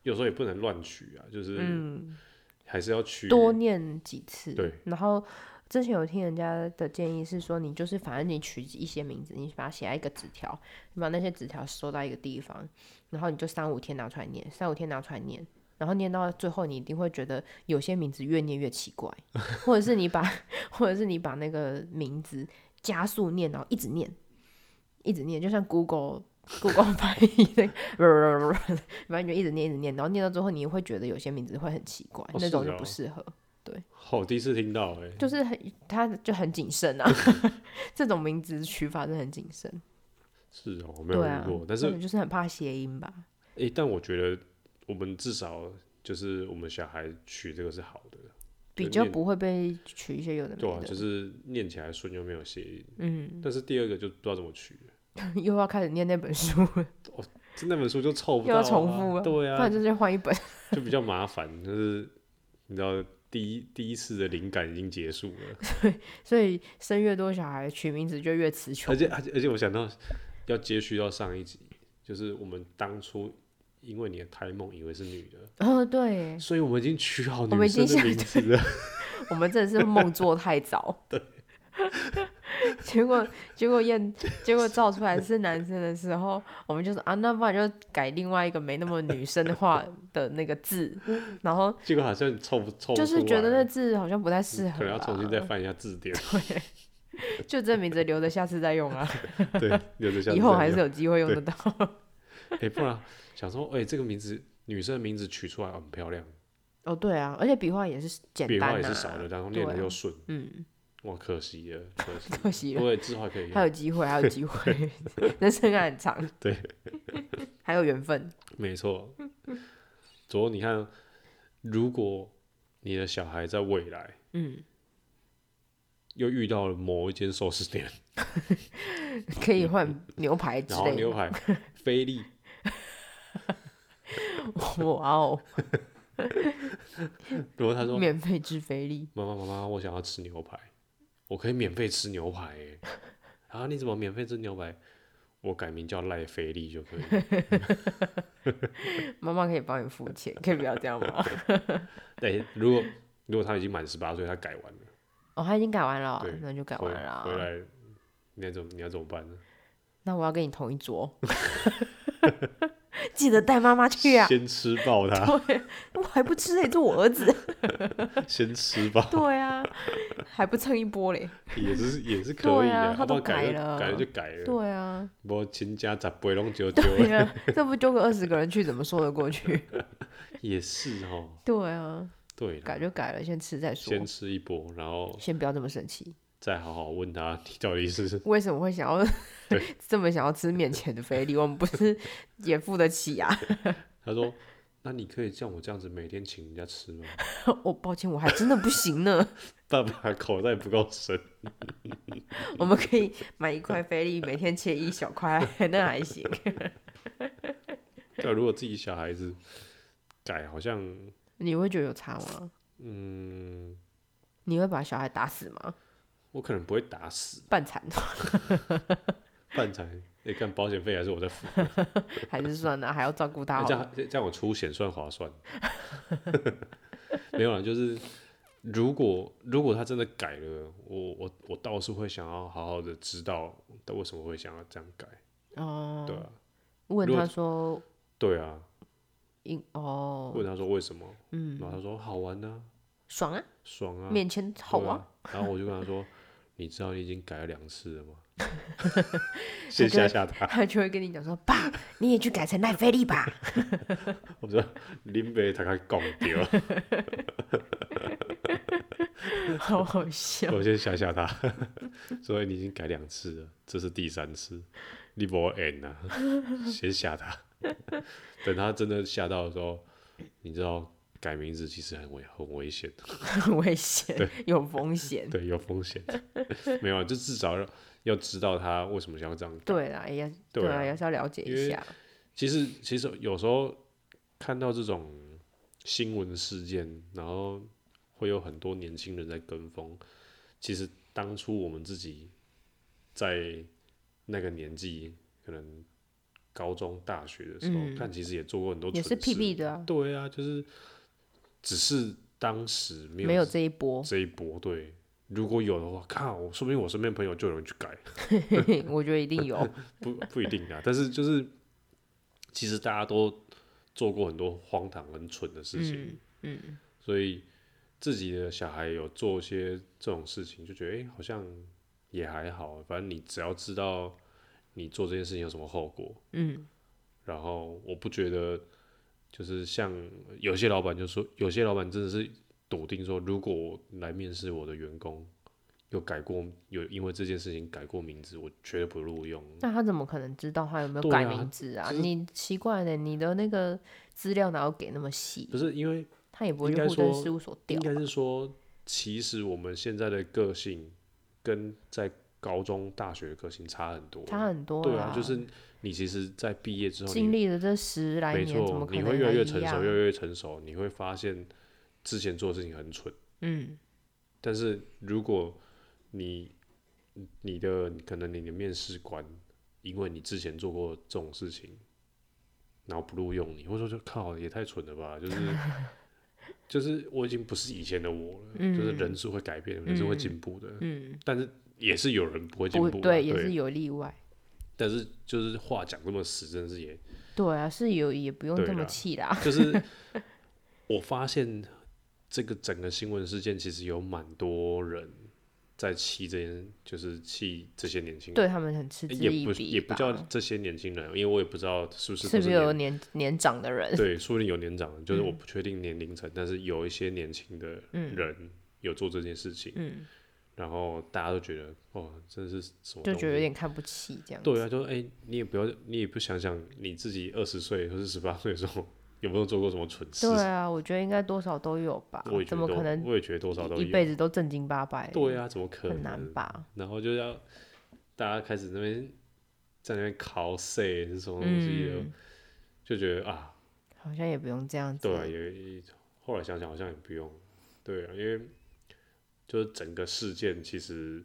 Speaker 1: 有时候也不能乱取啊，就是
Speaker 2: 嗯，
Speaker 1: 还是要取
Speaker 2: 多念几次，
Speaker 1: 对。
Speaker 2: 然后之前有听人家的建议是说，你就是反正你取一些名字，你把它写在一个纸条，你把那些纸条收到一个地方，然后你就三五天拿出来念，三五天拿出来念。然后念到最后，你一定会觉得有些名字越念越奇怪，或者是你把，或者是你把那个名字加速念，然后一直念，一直念，就像 Google Google 翻译那个， 反正你就一直念一直念，然后念到最后，你会觉得有些名字会很奇怪，
Speaker 1: 哦
Speaker 2: 那种
Speaker 1: 是
Speaker 2: 就
Speaker 1: 哦
Speaker 2: 不适合。
Speaker 1: 好，我第一次听到哎、
Speaker 2: 就是很，他就很谨慎 啊。这种名字取法是很谨慎，
Speaker 1: 是哦，我没有
Speaker 2: 对
Speaker 1: 遇
Speaker 2: 啊
Speaker 1: 过，，但是
Speaker 2: 可能就是很怕谐音吧。
Speaker 1: 哎、但我觉得我们至少就是我们小孩取这个是好的，
Speaker 2: 比
Speaker 1: 就
Speaker 2: 较
Speaker 1: 念
Speaker 2: 不会被取一些有的
Speaker 1: 对
Speaker 2: 没
Speaker 1: 啊，
Speaker 2: 的，
Speaker 1: 就是念起来顺又没有谐音，
Speaker 2: 嗯，
Speaker 1: 但是第二个就不知道怎么取，
Speaker 2: 又要开始念那本书了，
Speaker 1: 这那本书就凑不
Speaker 2: 又
Speaker 1: 到、啊，
Speaker 2: 要重复
Speaker 1: 对
Speaker 2: 不然
Speaker 1: 啊，
Speaker 2: 就是换一本。
Speaker 1: 就比较麻烦，就是你知道第一第一次的灵感已经结束了，
Speaker 2: 所以生越多小孩，取名字就越词穷
Speaker 1: 而。且而且而且我想到要接续到上一集，就是我们当初因为你的胎梦以为是女的，
Speaker 2: 哦，对耶，
Speaker 1: 所以我们已经取好
Speaker 2: 我们
Speaker 1: 女
Speaker 2: 已经
Speaker 1: 生的
Speaker 2: 想
Speaker 1: 名字了。
Speaker 2: 我们真的是梦做太早。对。 结果，结果验，结果照出来是男生的时候，我们就说啊，那不然就改另外一个没那么女生 的话的那个字，然后
Speaker 1: 结果好像凑不凑不出
Speaker 2: 就
Speaker 1: 来，
Speaker 2: 是觉得那字好像不太适合，啊
Speaker 1: 可能要重新再，翻一下字典，
Speaker 2: 就这名字留着下次再用啊，
Speaker 1: 对，留着下次
Speaker 2: 以后
Speaker 1: 再
Speaker 2: 还是
Speaker 1: 用
Speaker 2: 有机会用得到。
Speaker 1: 哎，不然想说，哎，这个名字女生的名字取出来很漂亮，
Speaker 2: 哦，对啊，而且笔画也是简
Speaker 1: 笔
Speaker 2: 单、啊，
Speaker 1: 画也是少的，然后念的
Speaker 2: 对啊
Speaker 1: 又顺，
Speaker 2: 嗯，。
Speaker 1: 哇，可惜了，可惜
Speaker 2: 可惜了，
Speaker 1: 对，字画可以
Speaker 2: 还
Speaker 1: 用，
Speaker 2: 有机会，还有机 会，人生还很长，
Speaker 1: 对，
Speaker 2: 还有缘分，
Speaker 1: 没错。
Speaker 2: 嗯
Speaker 1: 左右你看，如果你的小孩在未来
Speaker 2: 嗯，
Speaker 1: 又遇到了某一间寿司店，
Speaker 2: 可以换牛排之
Speaker 1: 然后
Speaker 2: 类
Speaker 1: 牛
Speaker 2: 的，
Speaker 1: 排菲力，
Speaker 2: 哇哦，
Speaker 1: 如果他 说
Speaker 2: 免费之菲力，
Speaker 1: 妈妈妈妈，我想要吃牛排，我可以免费吃牛排 耶。啊，你怎么免费吃牛排？我改名叫赖菲力就可以了。
Speaker 2: 妈妈可以帮你付钱，可以不要这样 吗？
Speaker 1: 对，如果如果他已经满十八岁，他改完了，
Speaker 2: 哦，他已经改完了哦
Speaker 1: 对，
Speaker 2: 那就改
Speaker 1: 回
Speaker 2: 完了
Speaker 1: 回
Speaker 2: 啊，
Speaker 1: 来，你要怎么你要怎么办呢？
Speaker 2: 那我要跟你同一桌， 记得带妈妈去啊。
Speaker 1: 先吃爆 他，
Speaker 2: 对，我还不吃嘞，这我 儿子。
Speaker 1: 先吃爆，
Speaker 2: 对啊，还不蹭一波嘞。
Speaker 1: 也是也是可以
Speaker 2: 对
Speaker 1: 的。
Speaker 2: 啊
Speaker 1: 要
Speaker 2: 他
Speaker 1: 不
Speaker 2: 都
Speaker 1: 然改
Speaker 2: 改
Speaker 1: 了
Speaker 2: 了
Speaker 1: 改了就改了，
Speaker 2: 对啊，
Speaker 1: 我亲家咋不会弄久久？
Speaker 2: 对啊，这不丢个二十个人去，怎么说得 过去？
Speaker 1: 也是哦，
Speaker 2: 对啊，
Speaker 1: 对啦，
Speaker 2: 改就改了，先吃再说，
Speaker 1: 先吃一波，然后
Speaker 2: 先不要这么生气。
Speaker 1: 再好好问他你到底是
Speaker 2: 为什么会想要 这么想要吃面前的菲力？我们不是也付得起啊？
Speaker 1: 他说：“ 那你可以像我这样子每天请人家吃吗
Speaker 2: 我、哦抱歉，我还真的不行呢。？”
Speaker 1: 爸爸口袋不够深，
Speaker 2: 我们可以买一块菲力，每天切一小块，那还行。
Speaker 1: 对，啊如果自己小孩子改，好像
Speaker 2: 你会觉得有差吗？
Speaker 1: 嗯，
Speaker 2: 你会把小孩打死吗？
Speaker 1: 我可能不会打死
Speaker 2: 半残。
Speaker 1: 半残，你看保险费还是我在付，
Speaker 2: 还是算了，还要照顾他
Speaker 1: 那
Speaker 2: 好
Speaker 1: 这
Speaker 2: 了。
Speaker 1: 样这样我出险算划 算。没有啦，就是如果如果他真的改了，我我我倒是会想要好好的知道他为什么会想要这样改，
Speaker 2: 哦，
Speaker 1: 对啊，
Speaker 2: 问
Speaker 1: 如果
Speaker 2: 他说，
Speaker 1: 对啊，
Speaker 2: 因哦，
Speaker 1: 问他说为什么，嗯，然后他说好玩啊，
Speaker 2: 爽啊，
Speaker 1: 爽啊，
Speaker 2: 免钱好
Speaker 1: 对
Speaker 2: 啊，
Speaker 1: 啊。然后我就跟他说：“你知道你已经改了两次了吗？” 先吓吓他，
Speaker 2: 他就会跟你讲说，爸，你也去改成奈飞利 吧。
Speaker 1: 我说林北他开搞丢，
Speaker 2: 好好 笑。
Speaker 1: 我先吓吓他。所以你已经改两次了，这是第三次，你不 end 啊，先吓他。 等他真的吓到的时候，你知道改名字其实很危很危险，
Speaker 2: 很危险，有风险。
Speaker 1: 对，有风险。 没有啊，就至少要要知道他为什么想要这样改。
Speaker 2: 对啦，也要
Speaker 1: 对
Speaker 2: 对
Speaker 1: 啊
Speaker 2: 啊，也是要了解
Speaker 1: 因为
Speaker 2: 一下。
Speaker 1: 其实其实有时候看到这种新闻事件，然后会有很多年轻人在跟风。其实当初我们自己在那个年纪，可能高中、大学的时候，
Speaker 2: 嗯
Speaker 1: 看其实也做过很多
Speaker 2: 也
Speaker 1: 蠢
Speaker 2: 是
Speaker 1: 事。
Speaker 2: 屁屁的啊，
Speaker 1: 对啊，就是只是当时没有
Speaker 2: 没有这一波，
Speaker 1: 这一波。对，如果有的话，靠，我说不定我身边朋友就有人去改。
Speaker 2: 我觉得一 定有。
Speaker 1: 不不一定啊，但是就是其实大家都做过很多荒唐、很蠢的事情，
Speaker 2: 嗯嗯，
Speaker 1: 所以自己的小孩有做一些这种事情，就觉得哎、诶好像也还好，反正你只要知道你做这件事情有什么后果，
Speaker 2: 嗯，
Speaker 1: 然后我不觉得就是像有些老板就说，有些老板真的是笃定说，如果来面试我的员工。有改过，有因为这件事情改过名字，我绝对不录用。
Speaker 2: 那他怎么可能知道他有没有
Speaker 1: 对
Speaker 2: 改
Speaker 1: 啊
Speaker 2: 名字啊？
Speaker 1: 就是
Speaker 2: 你奇怪的，你的那个资料哪有给那么细
Speaker 1: 不？是因为
Speaker 2: 他也不会
Speaker 1: 应
Speaker 2: 去
Speaker 1: 该
Speaker 2: 户政
Speaker 1: 说
Speaker 2: 事务所调
Speaker 1: 应。该是说，其实我们现在的个性跟在高中、大学的个性差很多。
Speaker 2: 差很多
Speaker 1: 对啊，
Speaker 2: 啦
Speaker 1: 就是你其实，在毕业之后，
Speaker 2: 经
Speaker 1: 你
Speaker 2: 历了这十来
Speaker 1: 没
Speaker 2: 年，怎么
Speaker 1: 错，
Speaker 2: 可
Speaker 1: 你
Speaker 2: 能
Speaker 1: 会越来
Speaker 2: 还
Speaker 1: 越
Speaker 2: 一
Speaker 1: 成熟，
Speaker 2: 样
Speaker 1: 越来越成熟，你会发现之前做的事情很蠢。
Speaker 2: 嗯，
Speaker 1: 但是如果你你的可能你的面试官，因为你之前做过这种事情，然后不录用你，或者说就靠也太蠢了 吧，就是就是我已经不是以前的我了，就是人是会改变的，人是会进步的，
Speaker 2: 嗯，
Speaker 1: 但是也是有人不会进
Speaker 2: 不
Speaker 1: 步的，啊
Speaker 2: 对，
Speaker 1: 对，
Speaker 2: 也是有例外。
Speaker 1: 但是就是话讲这么死，真的是也
Speaker 2: 对啊，是有，也不用
Speaker 1: 对
Speaker 2: 这么
Speaker 1: 啦
Speaker 2: 气啦。
Speaker 1: 就是我发现这个整个新闻事件其实有蛮多人在气这件，就是气这些年轻人，
Speaker 2: 对他们很嗤之以
Speaker 1: 也不
Speaker 2: 鼻
Speaker 1: 也不
Speaker 2: 吧
Speaker 1: 叫这些年轻人，因为我也不知道是不是
Speaker 2: 是
Speaker 1: 都是
Speaker 2: 不是有
Speaker 1: 年
Speaker 2: 年年嗯长的人？
Speaker 1: 对，说不定有年长的，就是我不确定年龄层，但是有一些年轻的人有做这件事情，
Speaker 2: 嗯，
Speaker 1: 然后大家都觉得哦，真的是什么
Speaker 2: 就
Speaker 1: 东
Speaker 2: 觉得有
Speaker 1: 西
Speaker 2: 点看不起这样子。
Speaker 1: 对啊，就哎、你也不要，你也不想想你自己二十岁或是十八岁的时候 有没有做过什么蠢事
Speaker 2: 对啊，我觉得应该多少都有吧
Speaker 1: 我也，觉
Speaker 2: 怎
Speaker 1: 得
Speaker 2: 么
Speaker 1: 多，
Speaker 2: 可能
Speaker 1: 我也觉得多少都
Speaker 2: 一
Speaker 1: 有。
Speaker 2: 一辈子都正经八百？
Speaker 1: 对，啊，怎么可能？
Speaker 2: 很难吧？
Speaker 1: 然后就要大家开始那边在那边 cos 是什么东西的，
Speaker 2: 嗯
Speaker 1: 就觉得啊，
Speaker 2: 好像也不用这样子。
Speaker 1: 对啊，也也后来想想好像也不用，对啊，因为就是整个事件其实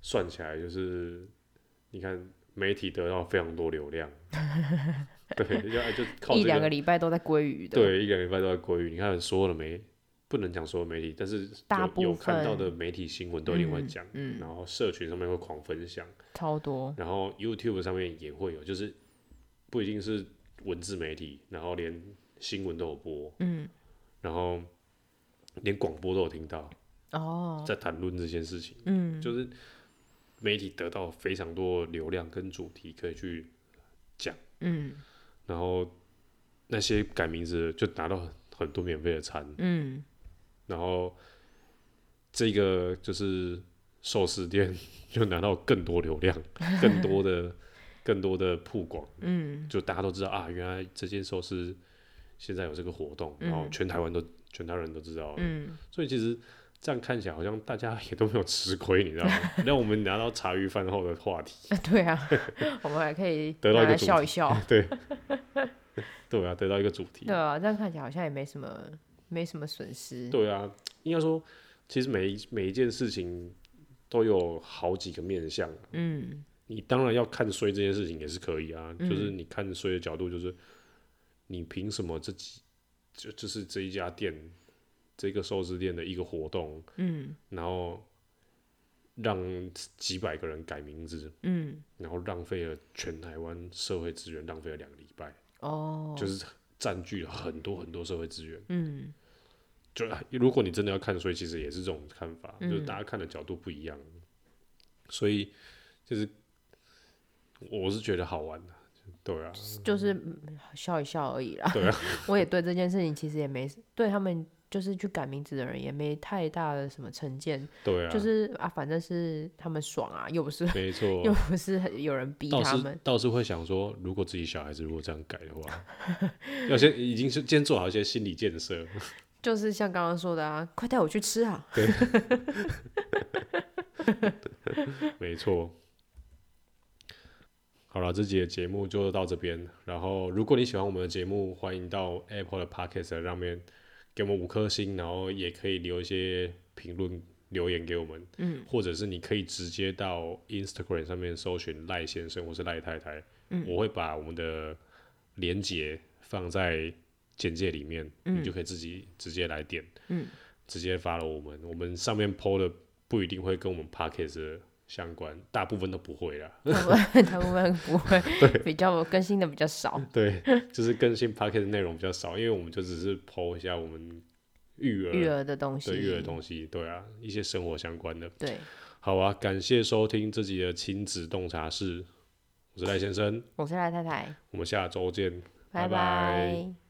Speaker 1: 算起来就是，你看媒体得到非常多流 量，对，就就靠
Speaker 2: 一
Speaker 1: 这
Speaker 2: 两个礼拜都在鲑鱼的，
Speaker 1: 对，一个礼拜都在国语。你看所有的媒，不能讲所有媒体，但是
Speaker 2: 大
Speaker 1: 有
Speaker 2: 部
Speaker 1: 有看到
Speaker 2: 分
Speaker 1: 的媒体新闻都一定会
Speaker 2: 嗯
Speaker 1: 讲，
Speaker 2: 嗯
Speaker 1: 然后社群上面会狂分享，
Speaker 2: 超多。
Speaker 1: 然后 YouTube 上面也会有，就是不一定是文字媒体，然后连新闻都有播，
Speaker 2: 嗯，
Speaker 1: 然后连广播都有听到，
Speaker 2: 哦，
Speaker 1: 在谈论这件事情，
Speaker 2: 嗯，
Speaker 1: 就是媒体得到非常多的流量跟主题可以去
Speaker 2: 嗯
Speaker 1: 然后那些改名字的就拿到很很多免费的餐，
Speaker 2: 嗯，
Speaker 1: 然后这个就是寿司店 就拿到更多流量，更多的更多的曝光，嗯，就大家都知道啊，原来这间寿司现在有这个活动，然后全台湾都全台湾人都知道了，
Speaker 2: 嗯，
Speaker 1: 所以其实。这样看起来好像大家也都没有吃亏，你知道吗？让我们拿到茶余饭后的话题，
Speaker 2: 对 啊，我们还可以
Speaker 1: 得到一
Speaker 2: 拿
Speaker 1: 个
Speaker 2: 来
Speaker 1: 主
Speaker 2: 笑
Speaker 1: 题
Speaker 2: 一笑。
Speaker 1: 对，对啊，得到一个主题
Speaker 2: 对，啊，这样看起来好像也没什么，没什么损失。
Speaker 1: 对啊，应该说，其实每一每一件事情都有好几个面向，啊
Speaker 2: 嗯，
Speaker 1: 你当然要看衰这件事情也是可以啊，就是你看衰的角度就是，你凭什么这几就就是这一家店这个寿司店的一个活动，
Speaker 2: 嗯
Speaker 1: 然后让几百个人改名字，
Speaker 2: 嗯，
Speaker 1: 然后浪费了全台湾社会资源，浪费了两个礼拜，
Speaker 2: 哦，
Speaker 1: 就是占据了很多很多社会资源。
Speaker 2: 嗯
Speaker 1: 就如果你真的要看衰，其实也是这种看法，
Speaker 2: 嗯
Speaker 1: 就是大家看的角度不一样，所以就是我是觉得好玩的、对啊，
Speaker 2: 就是 嗯笑一笑而已啦。
Speaker 1: 对啊
Speaker 2: 我也对这件事情其实也没对他们就是去改名字的人也没太大的什么成见，
Speaker 1: 对啊，
Speaker 2: 就是啊，反正是他们爽啊，又不是。
Speaker 1: 没错
Speaker 2: 又不是很 有人逼
Speaker 1: 倒
Speaker 2: 他
Speaker 1: 是
Speaker 2: 们。
Speaker 1: 倒是会想说，如果自己小孩子如果这样改的 话，要先已经是先做好一些心理建设。
Speaker 2: 就是像刚刚说 的啊，快带我去吃啊！
Speaker 1: 没错。好了，这集的节目就到这边。然后，如果你喜欢我们的节目，欢迎到 Apple 的 Podcast 上面给我们五颗星，然后也可以留一些评论留言给我们。嗯，或者是你可以直接到 Instagram 上面搜寻赖先生或是赖太太，嗯、我会把我们的连接放在简介里面，你就可以自己直接来点，
Speaker 2: 嗯，
Speaker 1: 直接发了我们。我们上面 PO 的不一定会跟我们 Podcast 的相关，大部分都不会啦。
Speaker 2: 他们 他们 不会比较更新的比较少，
Speaker 1: 对，就是更新 Podcast 内容比较少，因为我们就只是 PO 一下我们育儿
Speaker 2: 育儿的东西，
Speaker 1: 对育儿的东西，对啊，一些生活相关的。
Speaker 2: 对，
Speaker 1: 好啊，感谢收听这集的亲子洞察室，我是赖先生，
Speaker 2: 我是赖太太，
Speaker 1: 我们下周见，拜拜
Speaker 2: 拜拜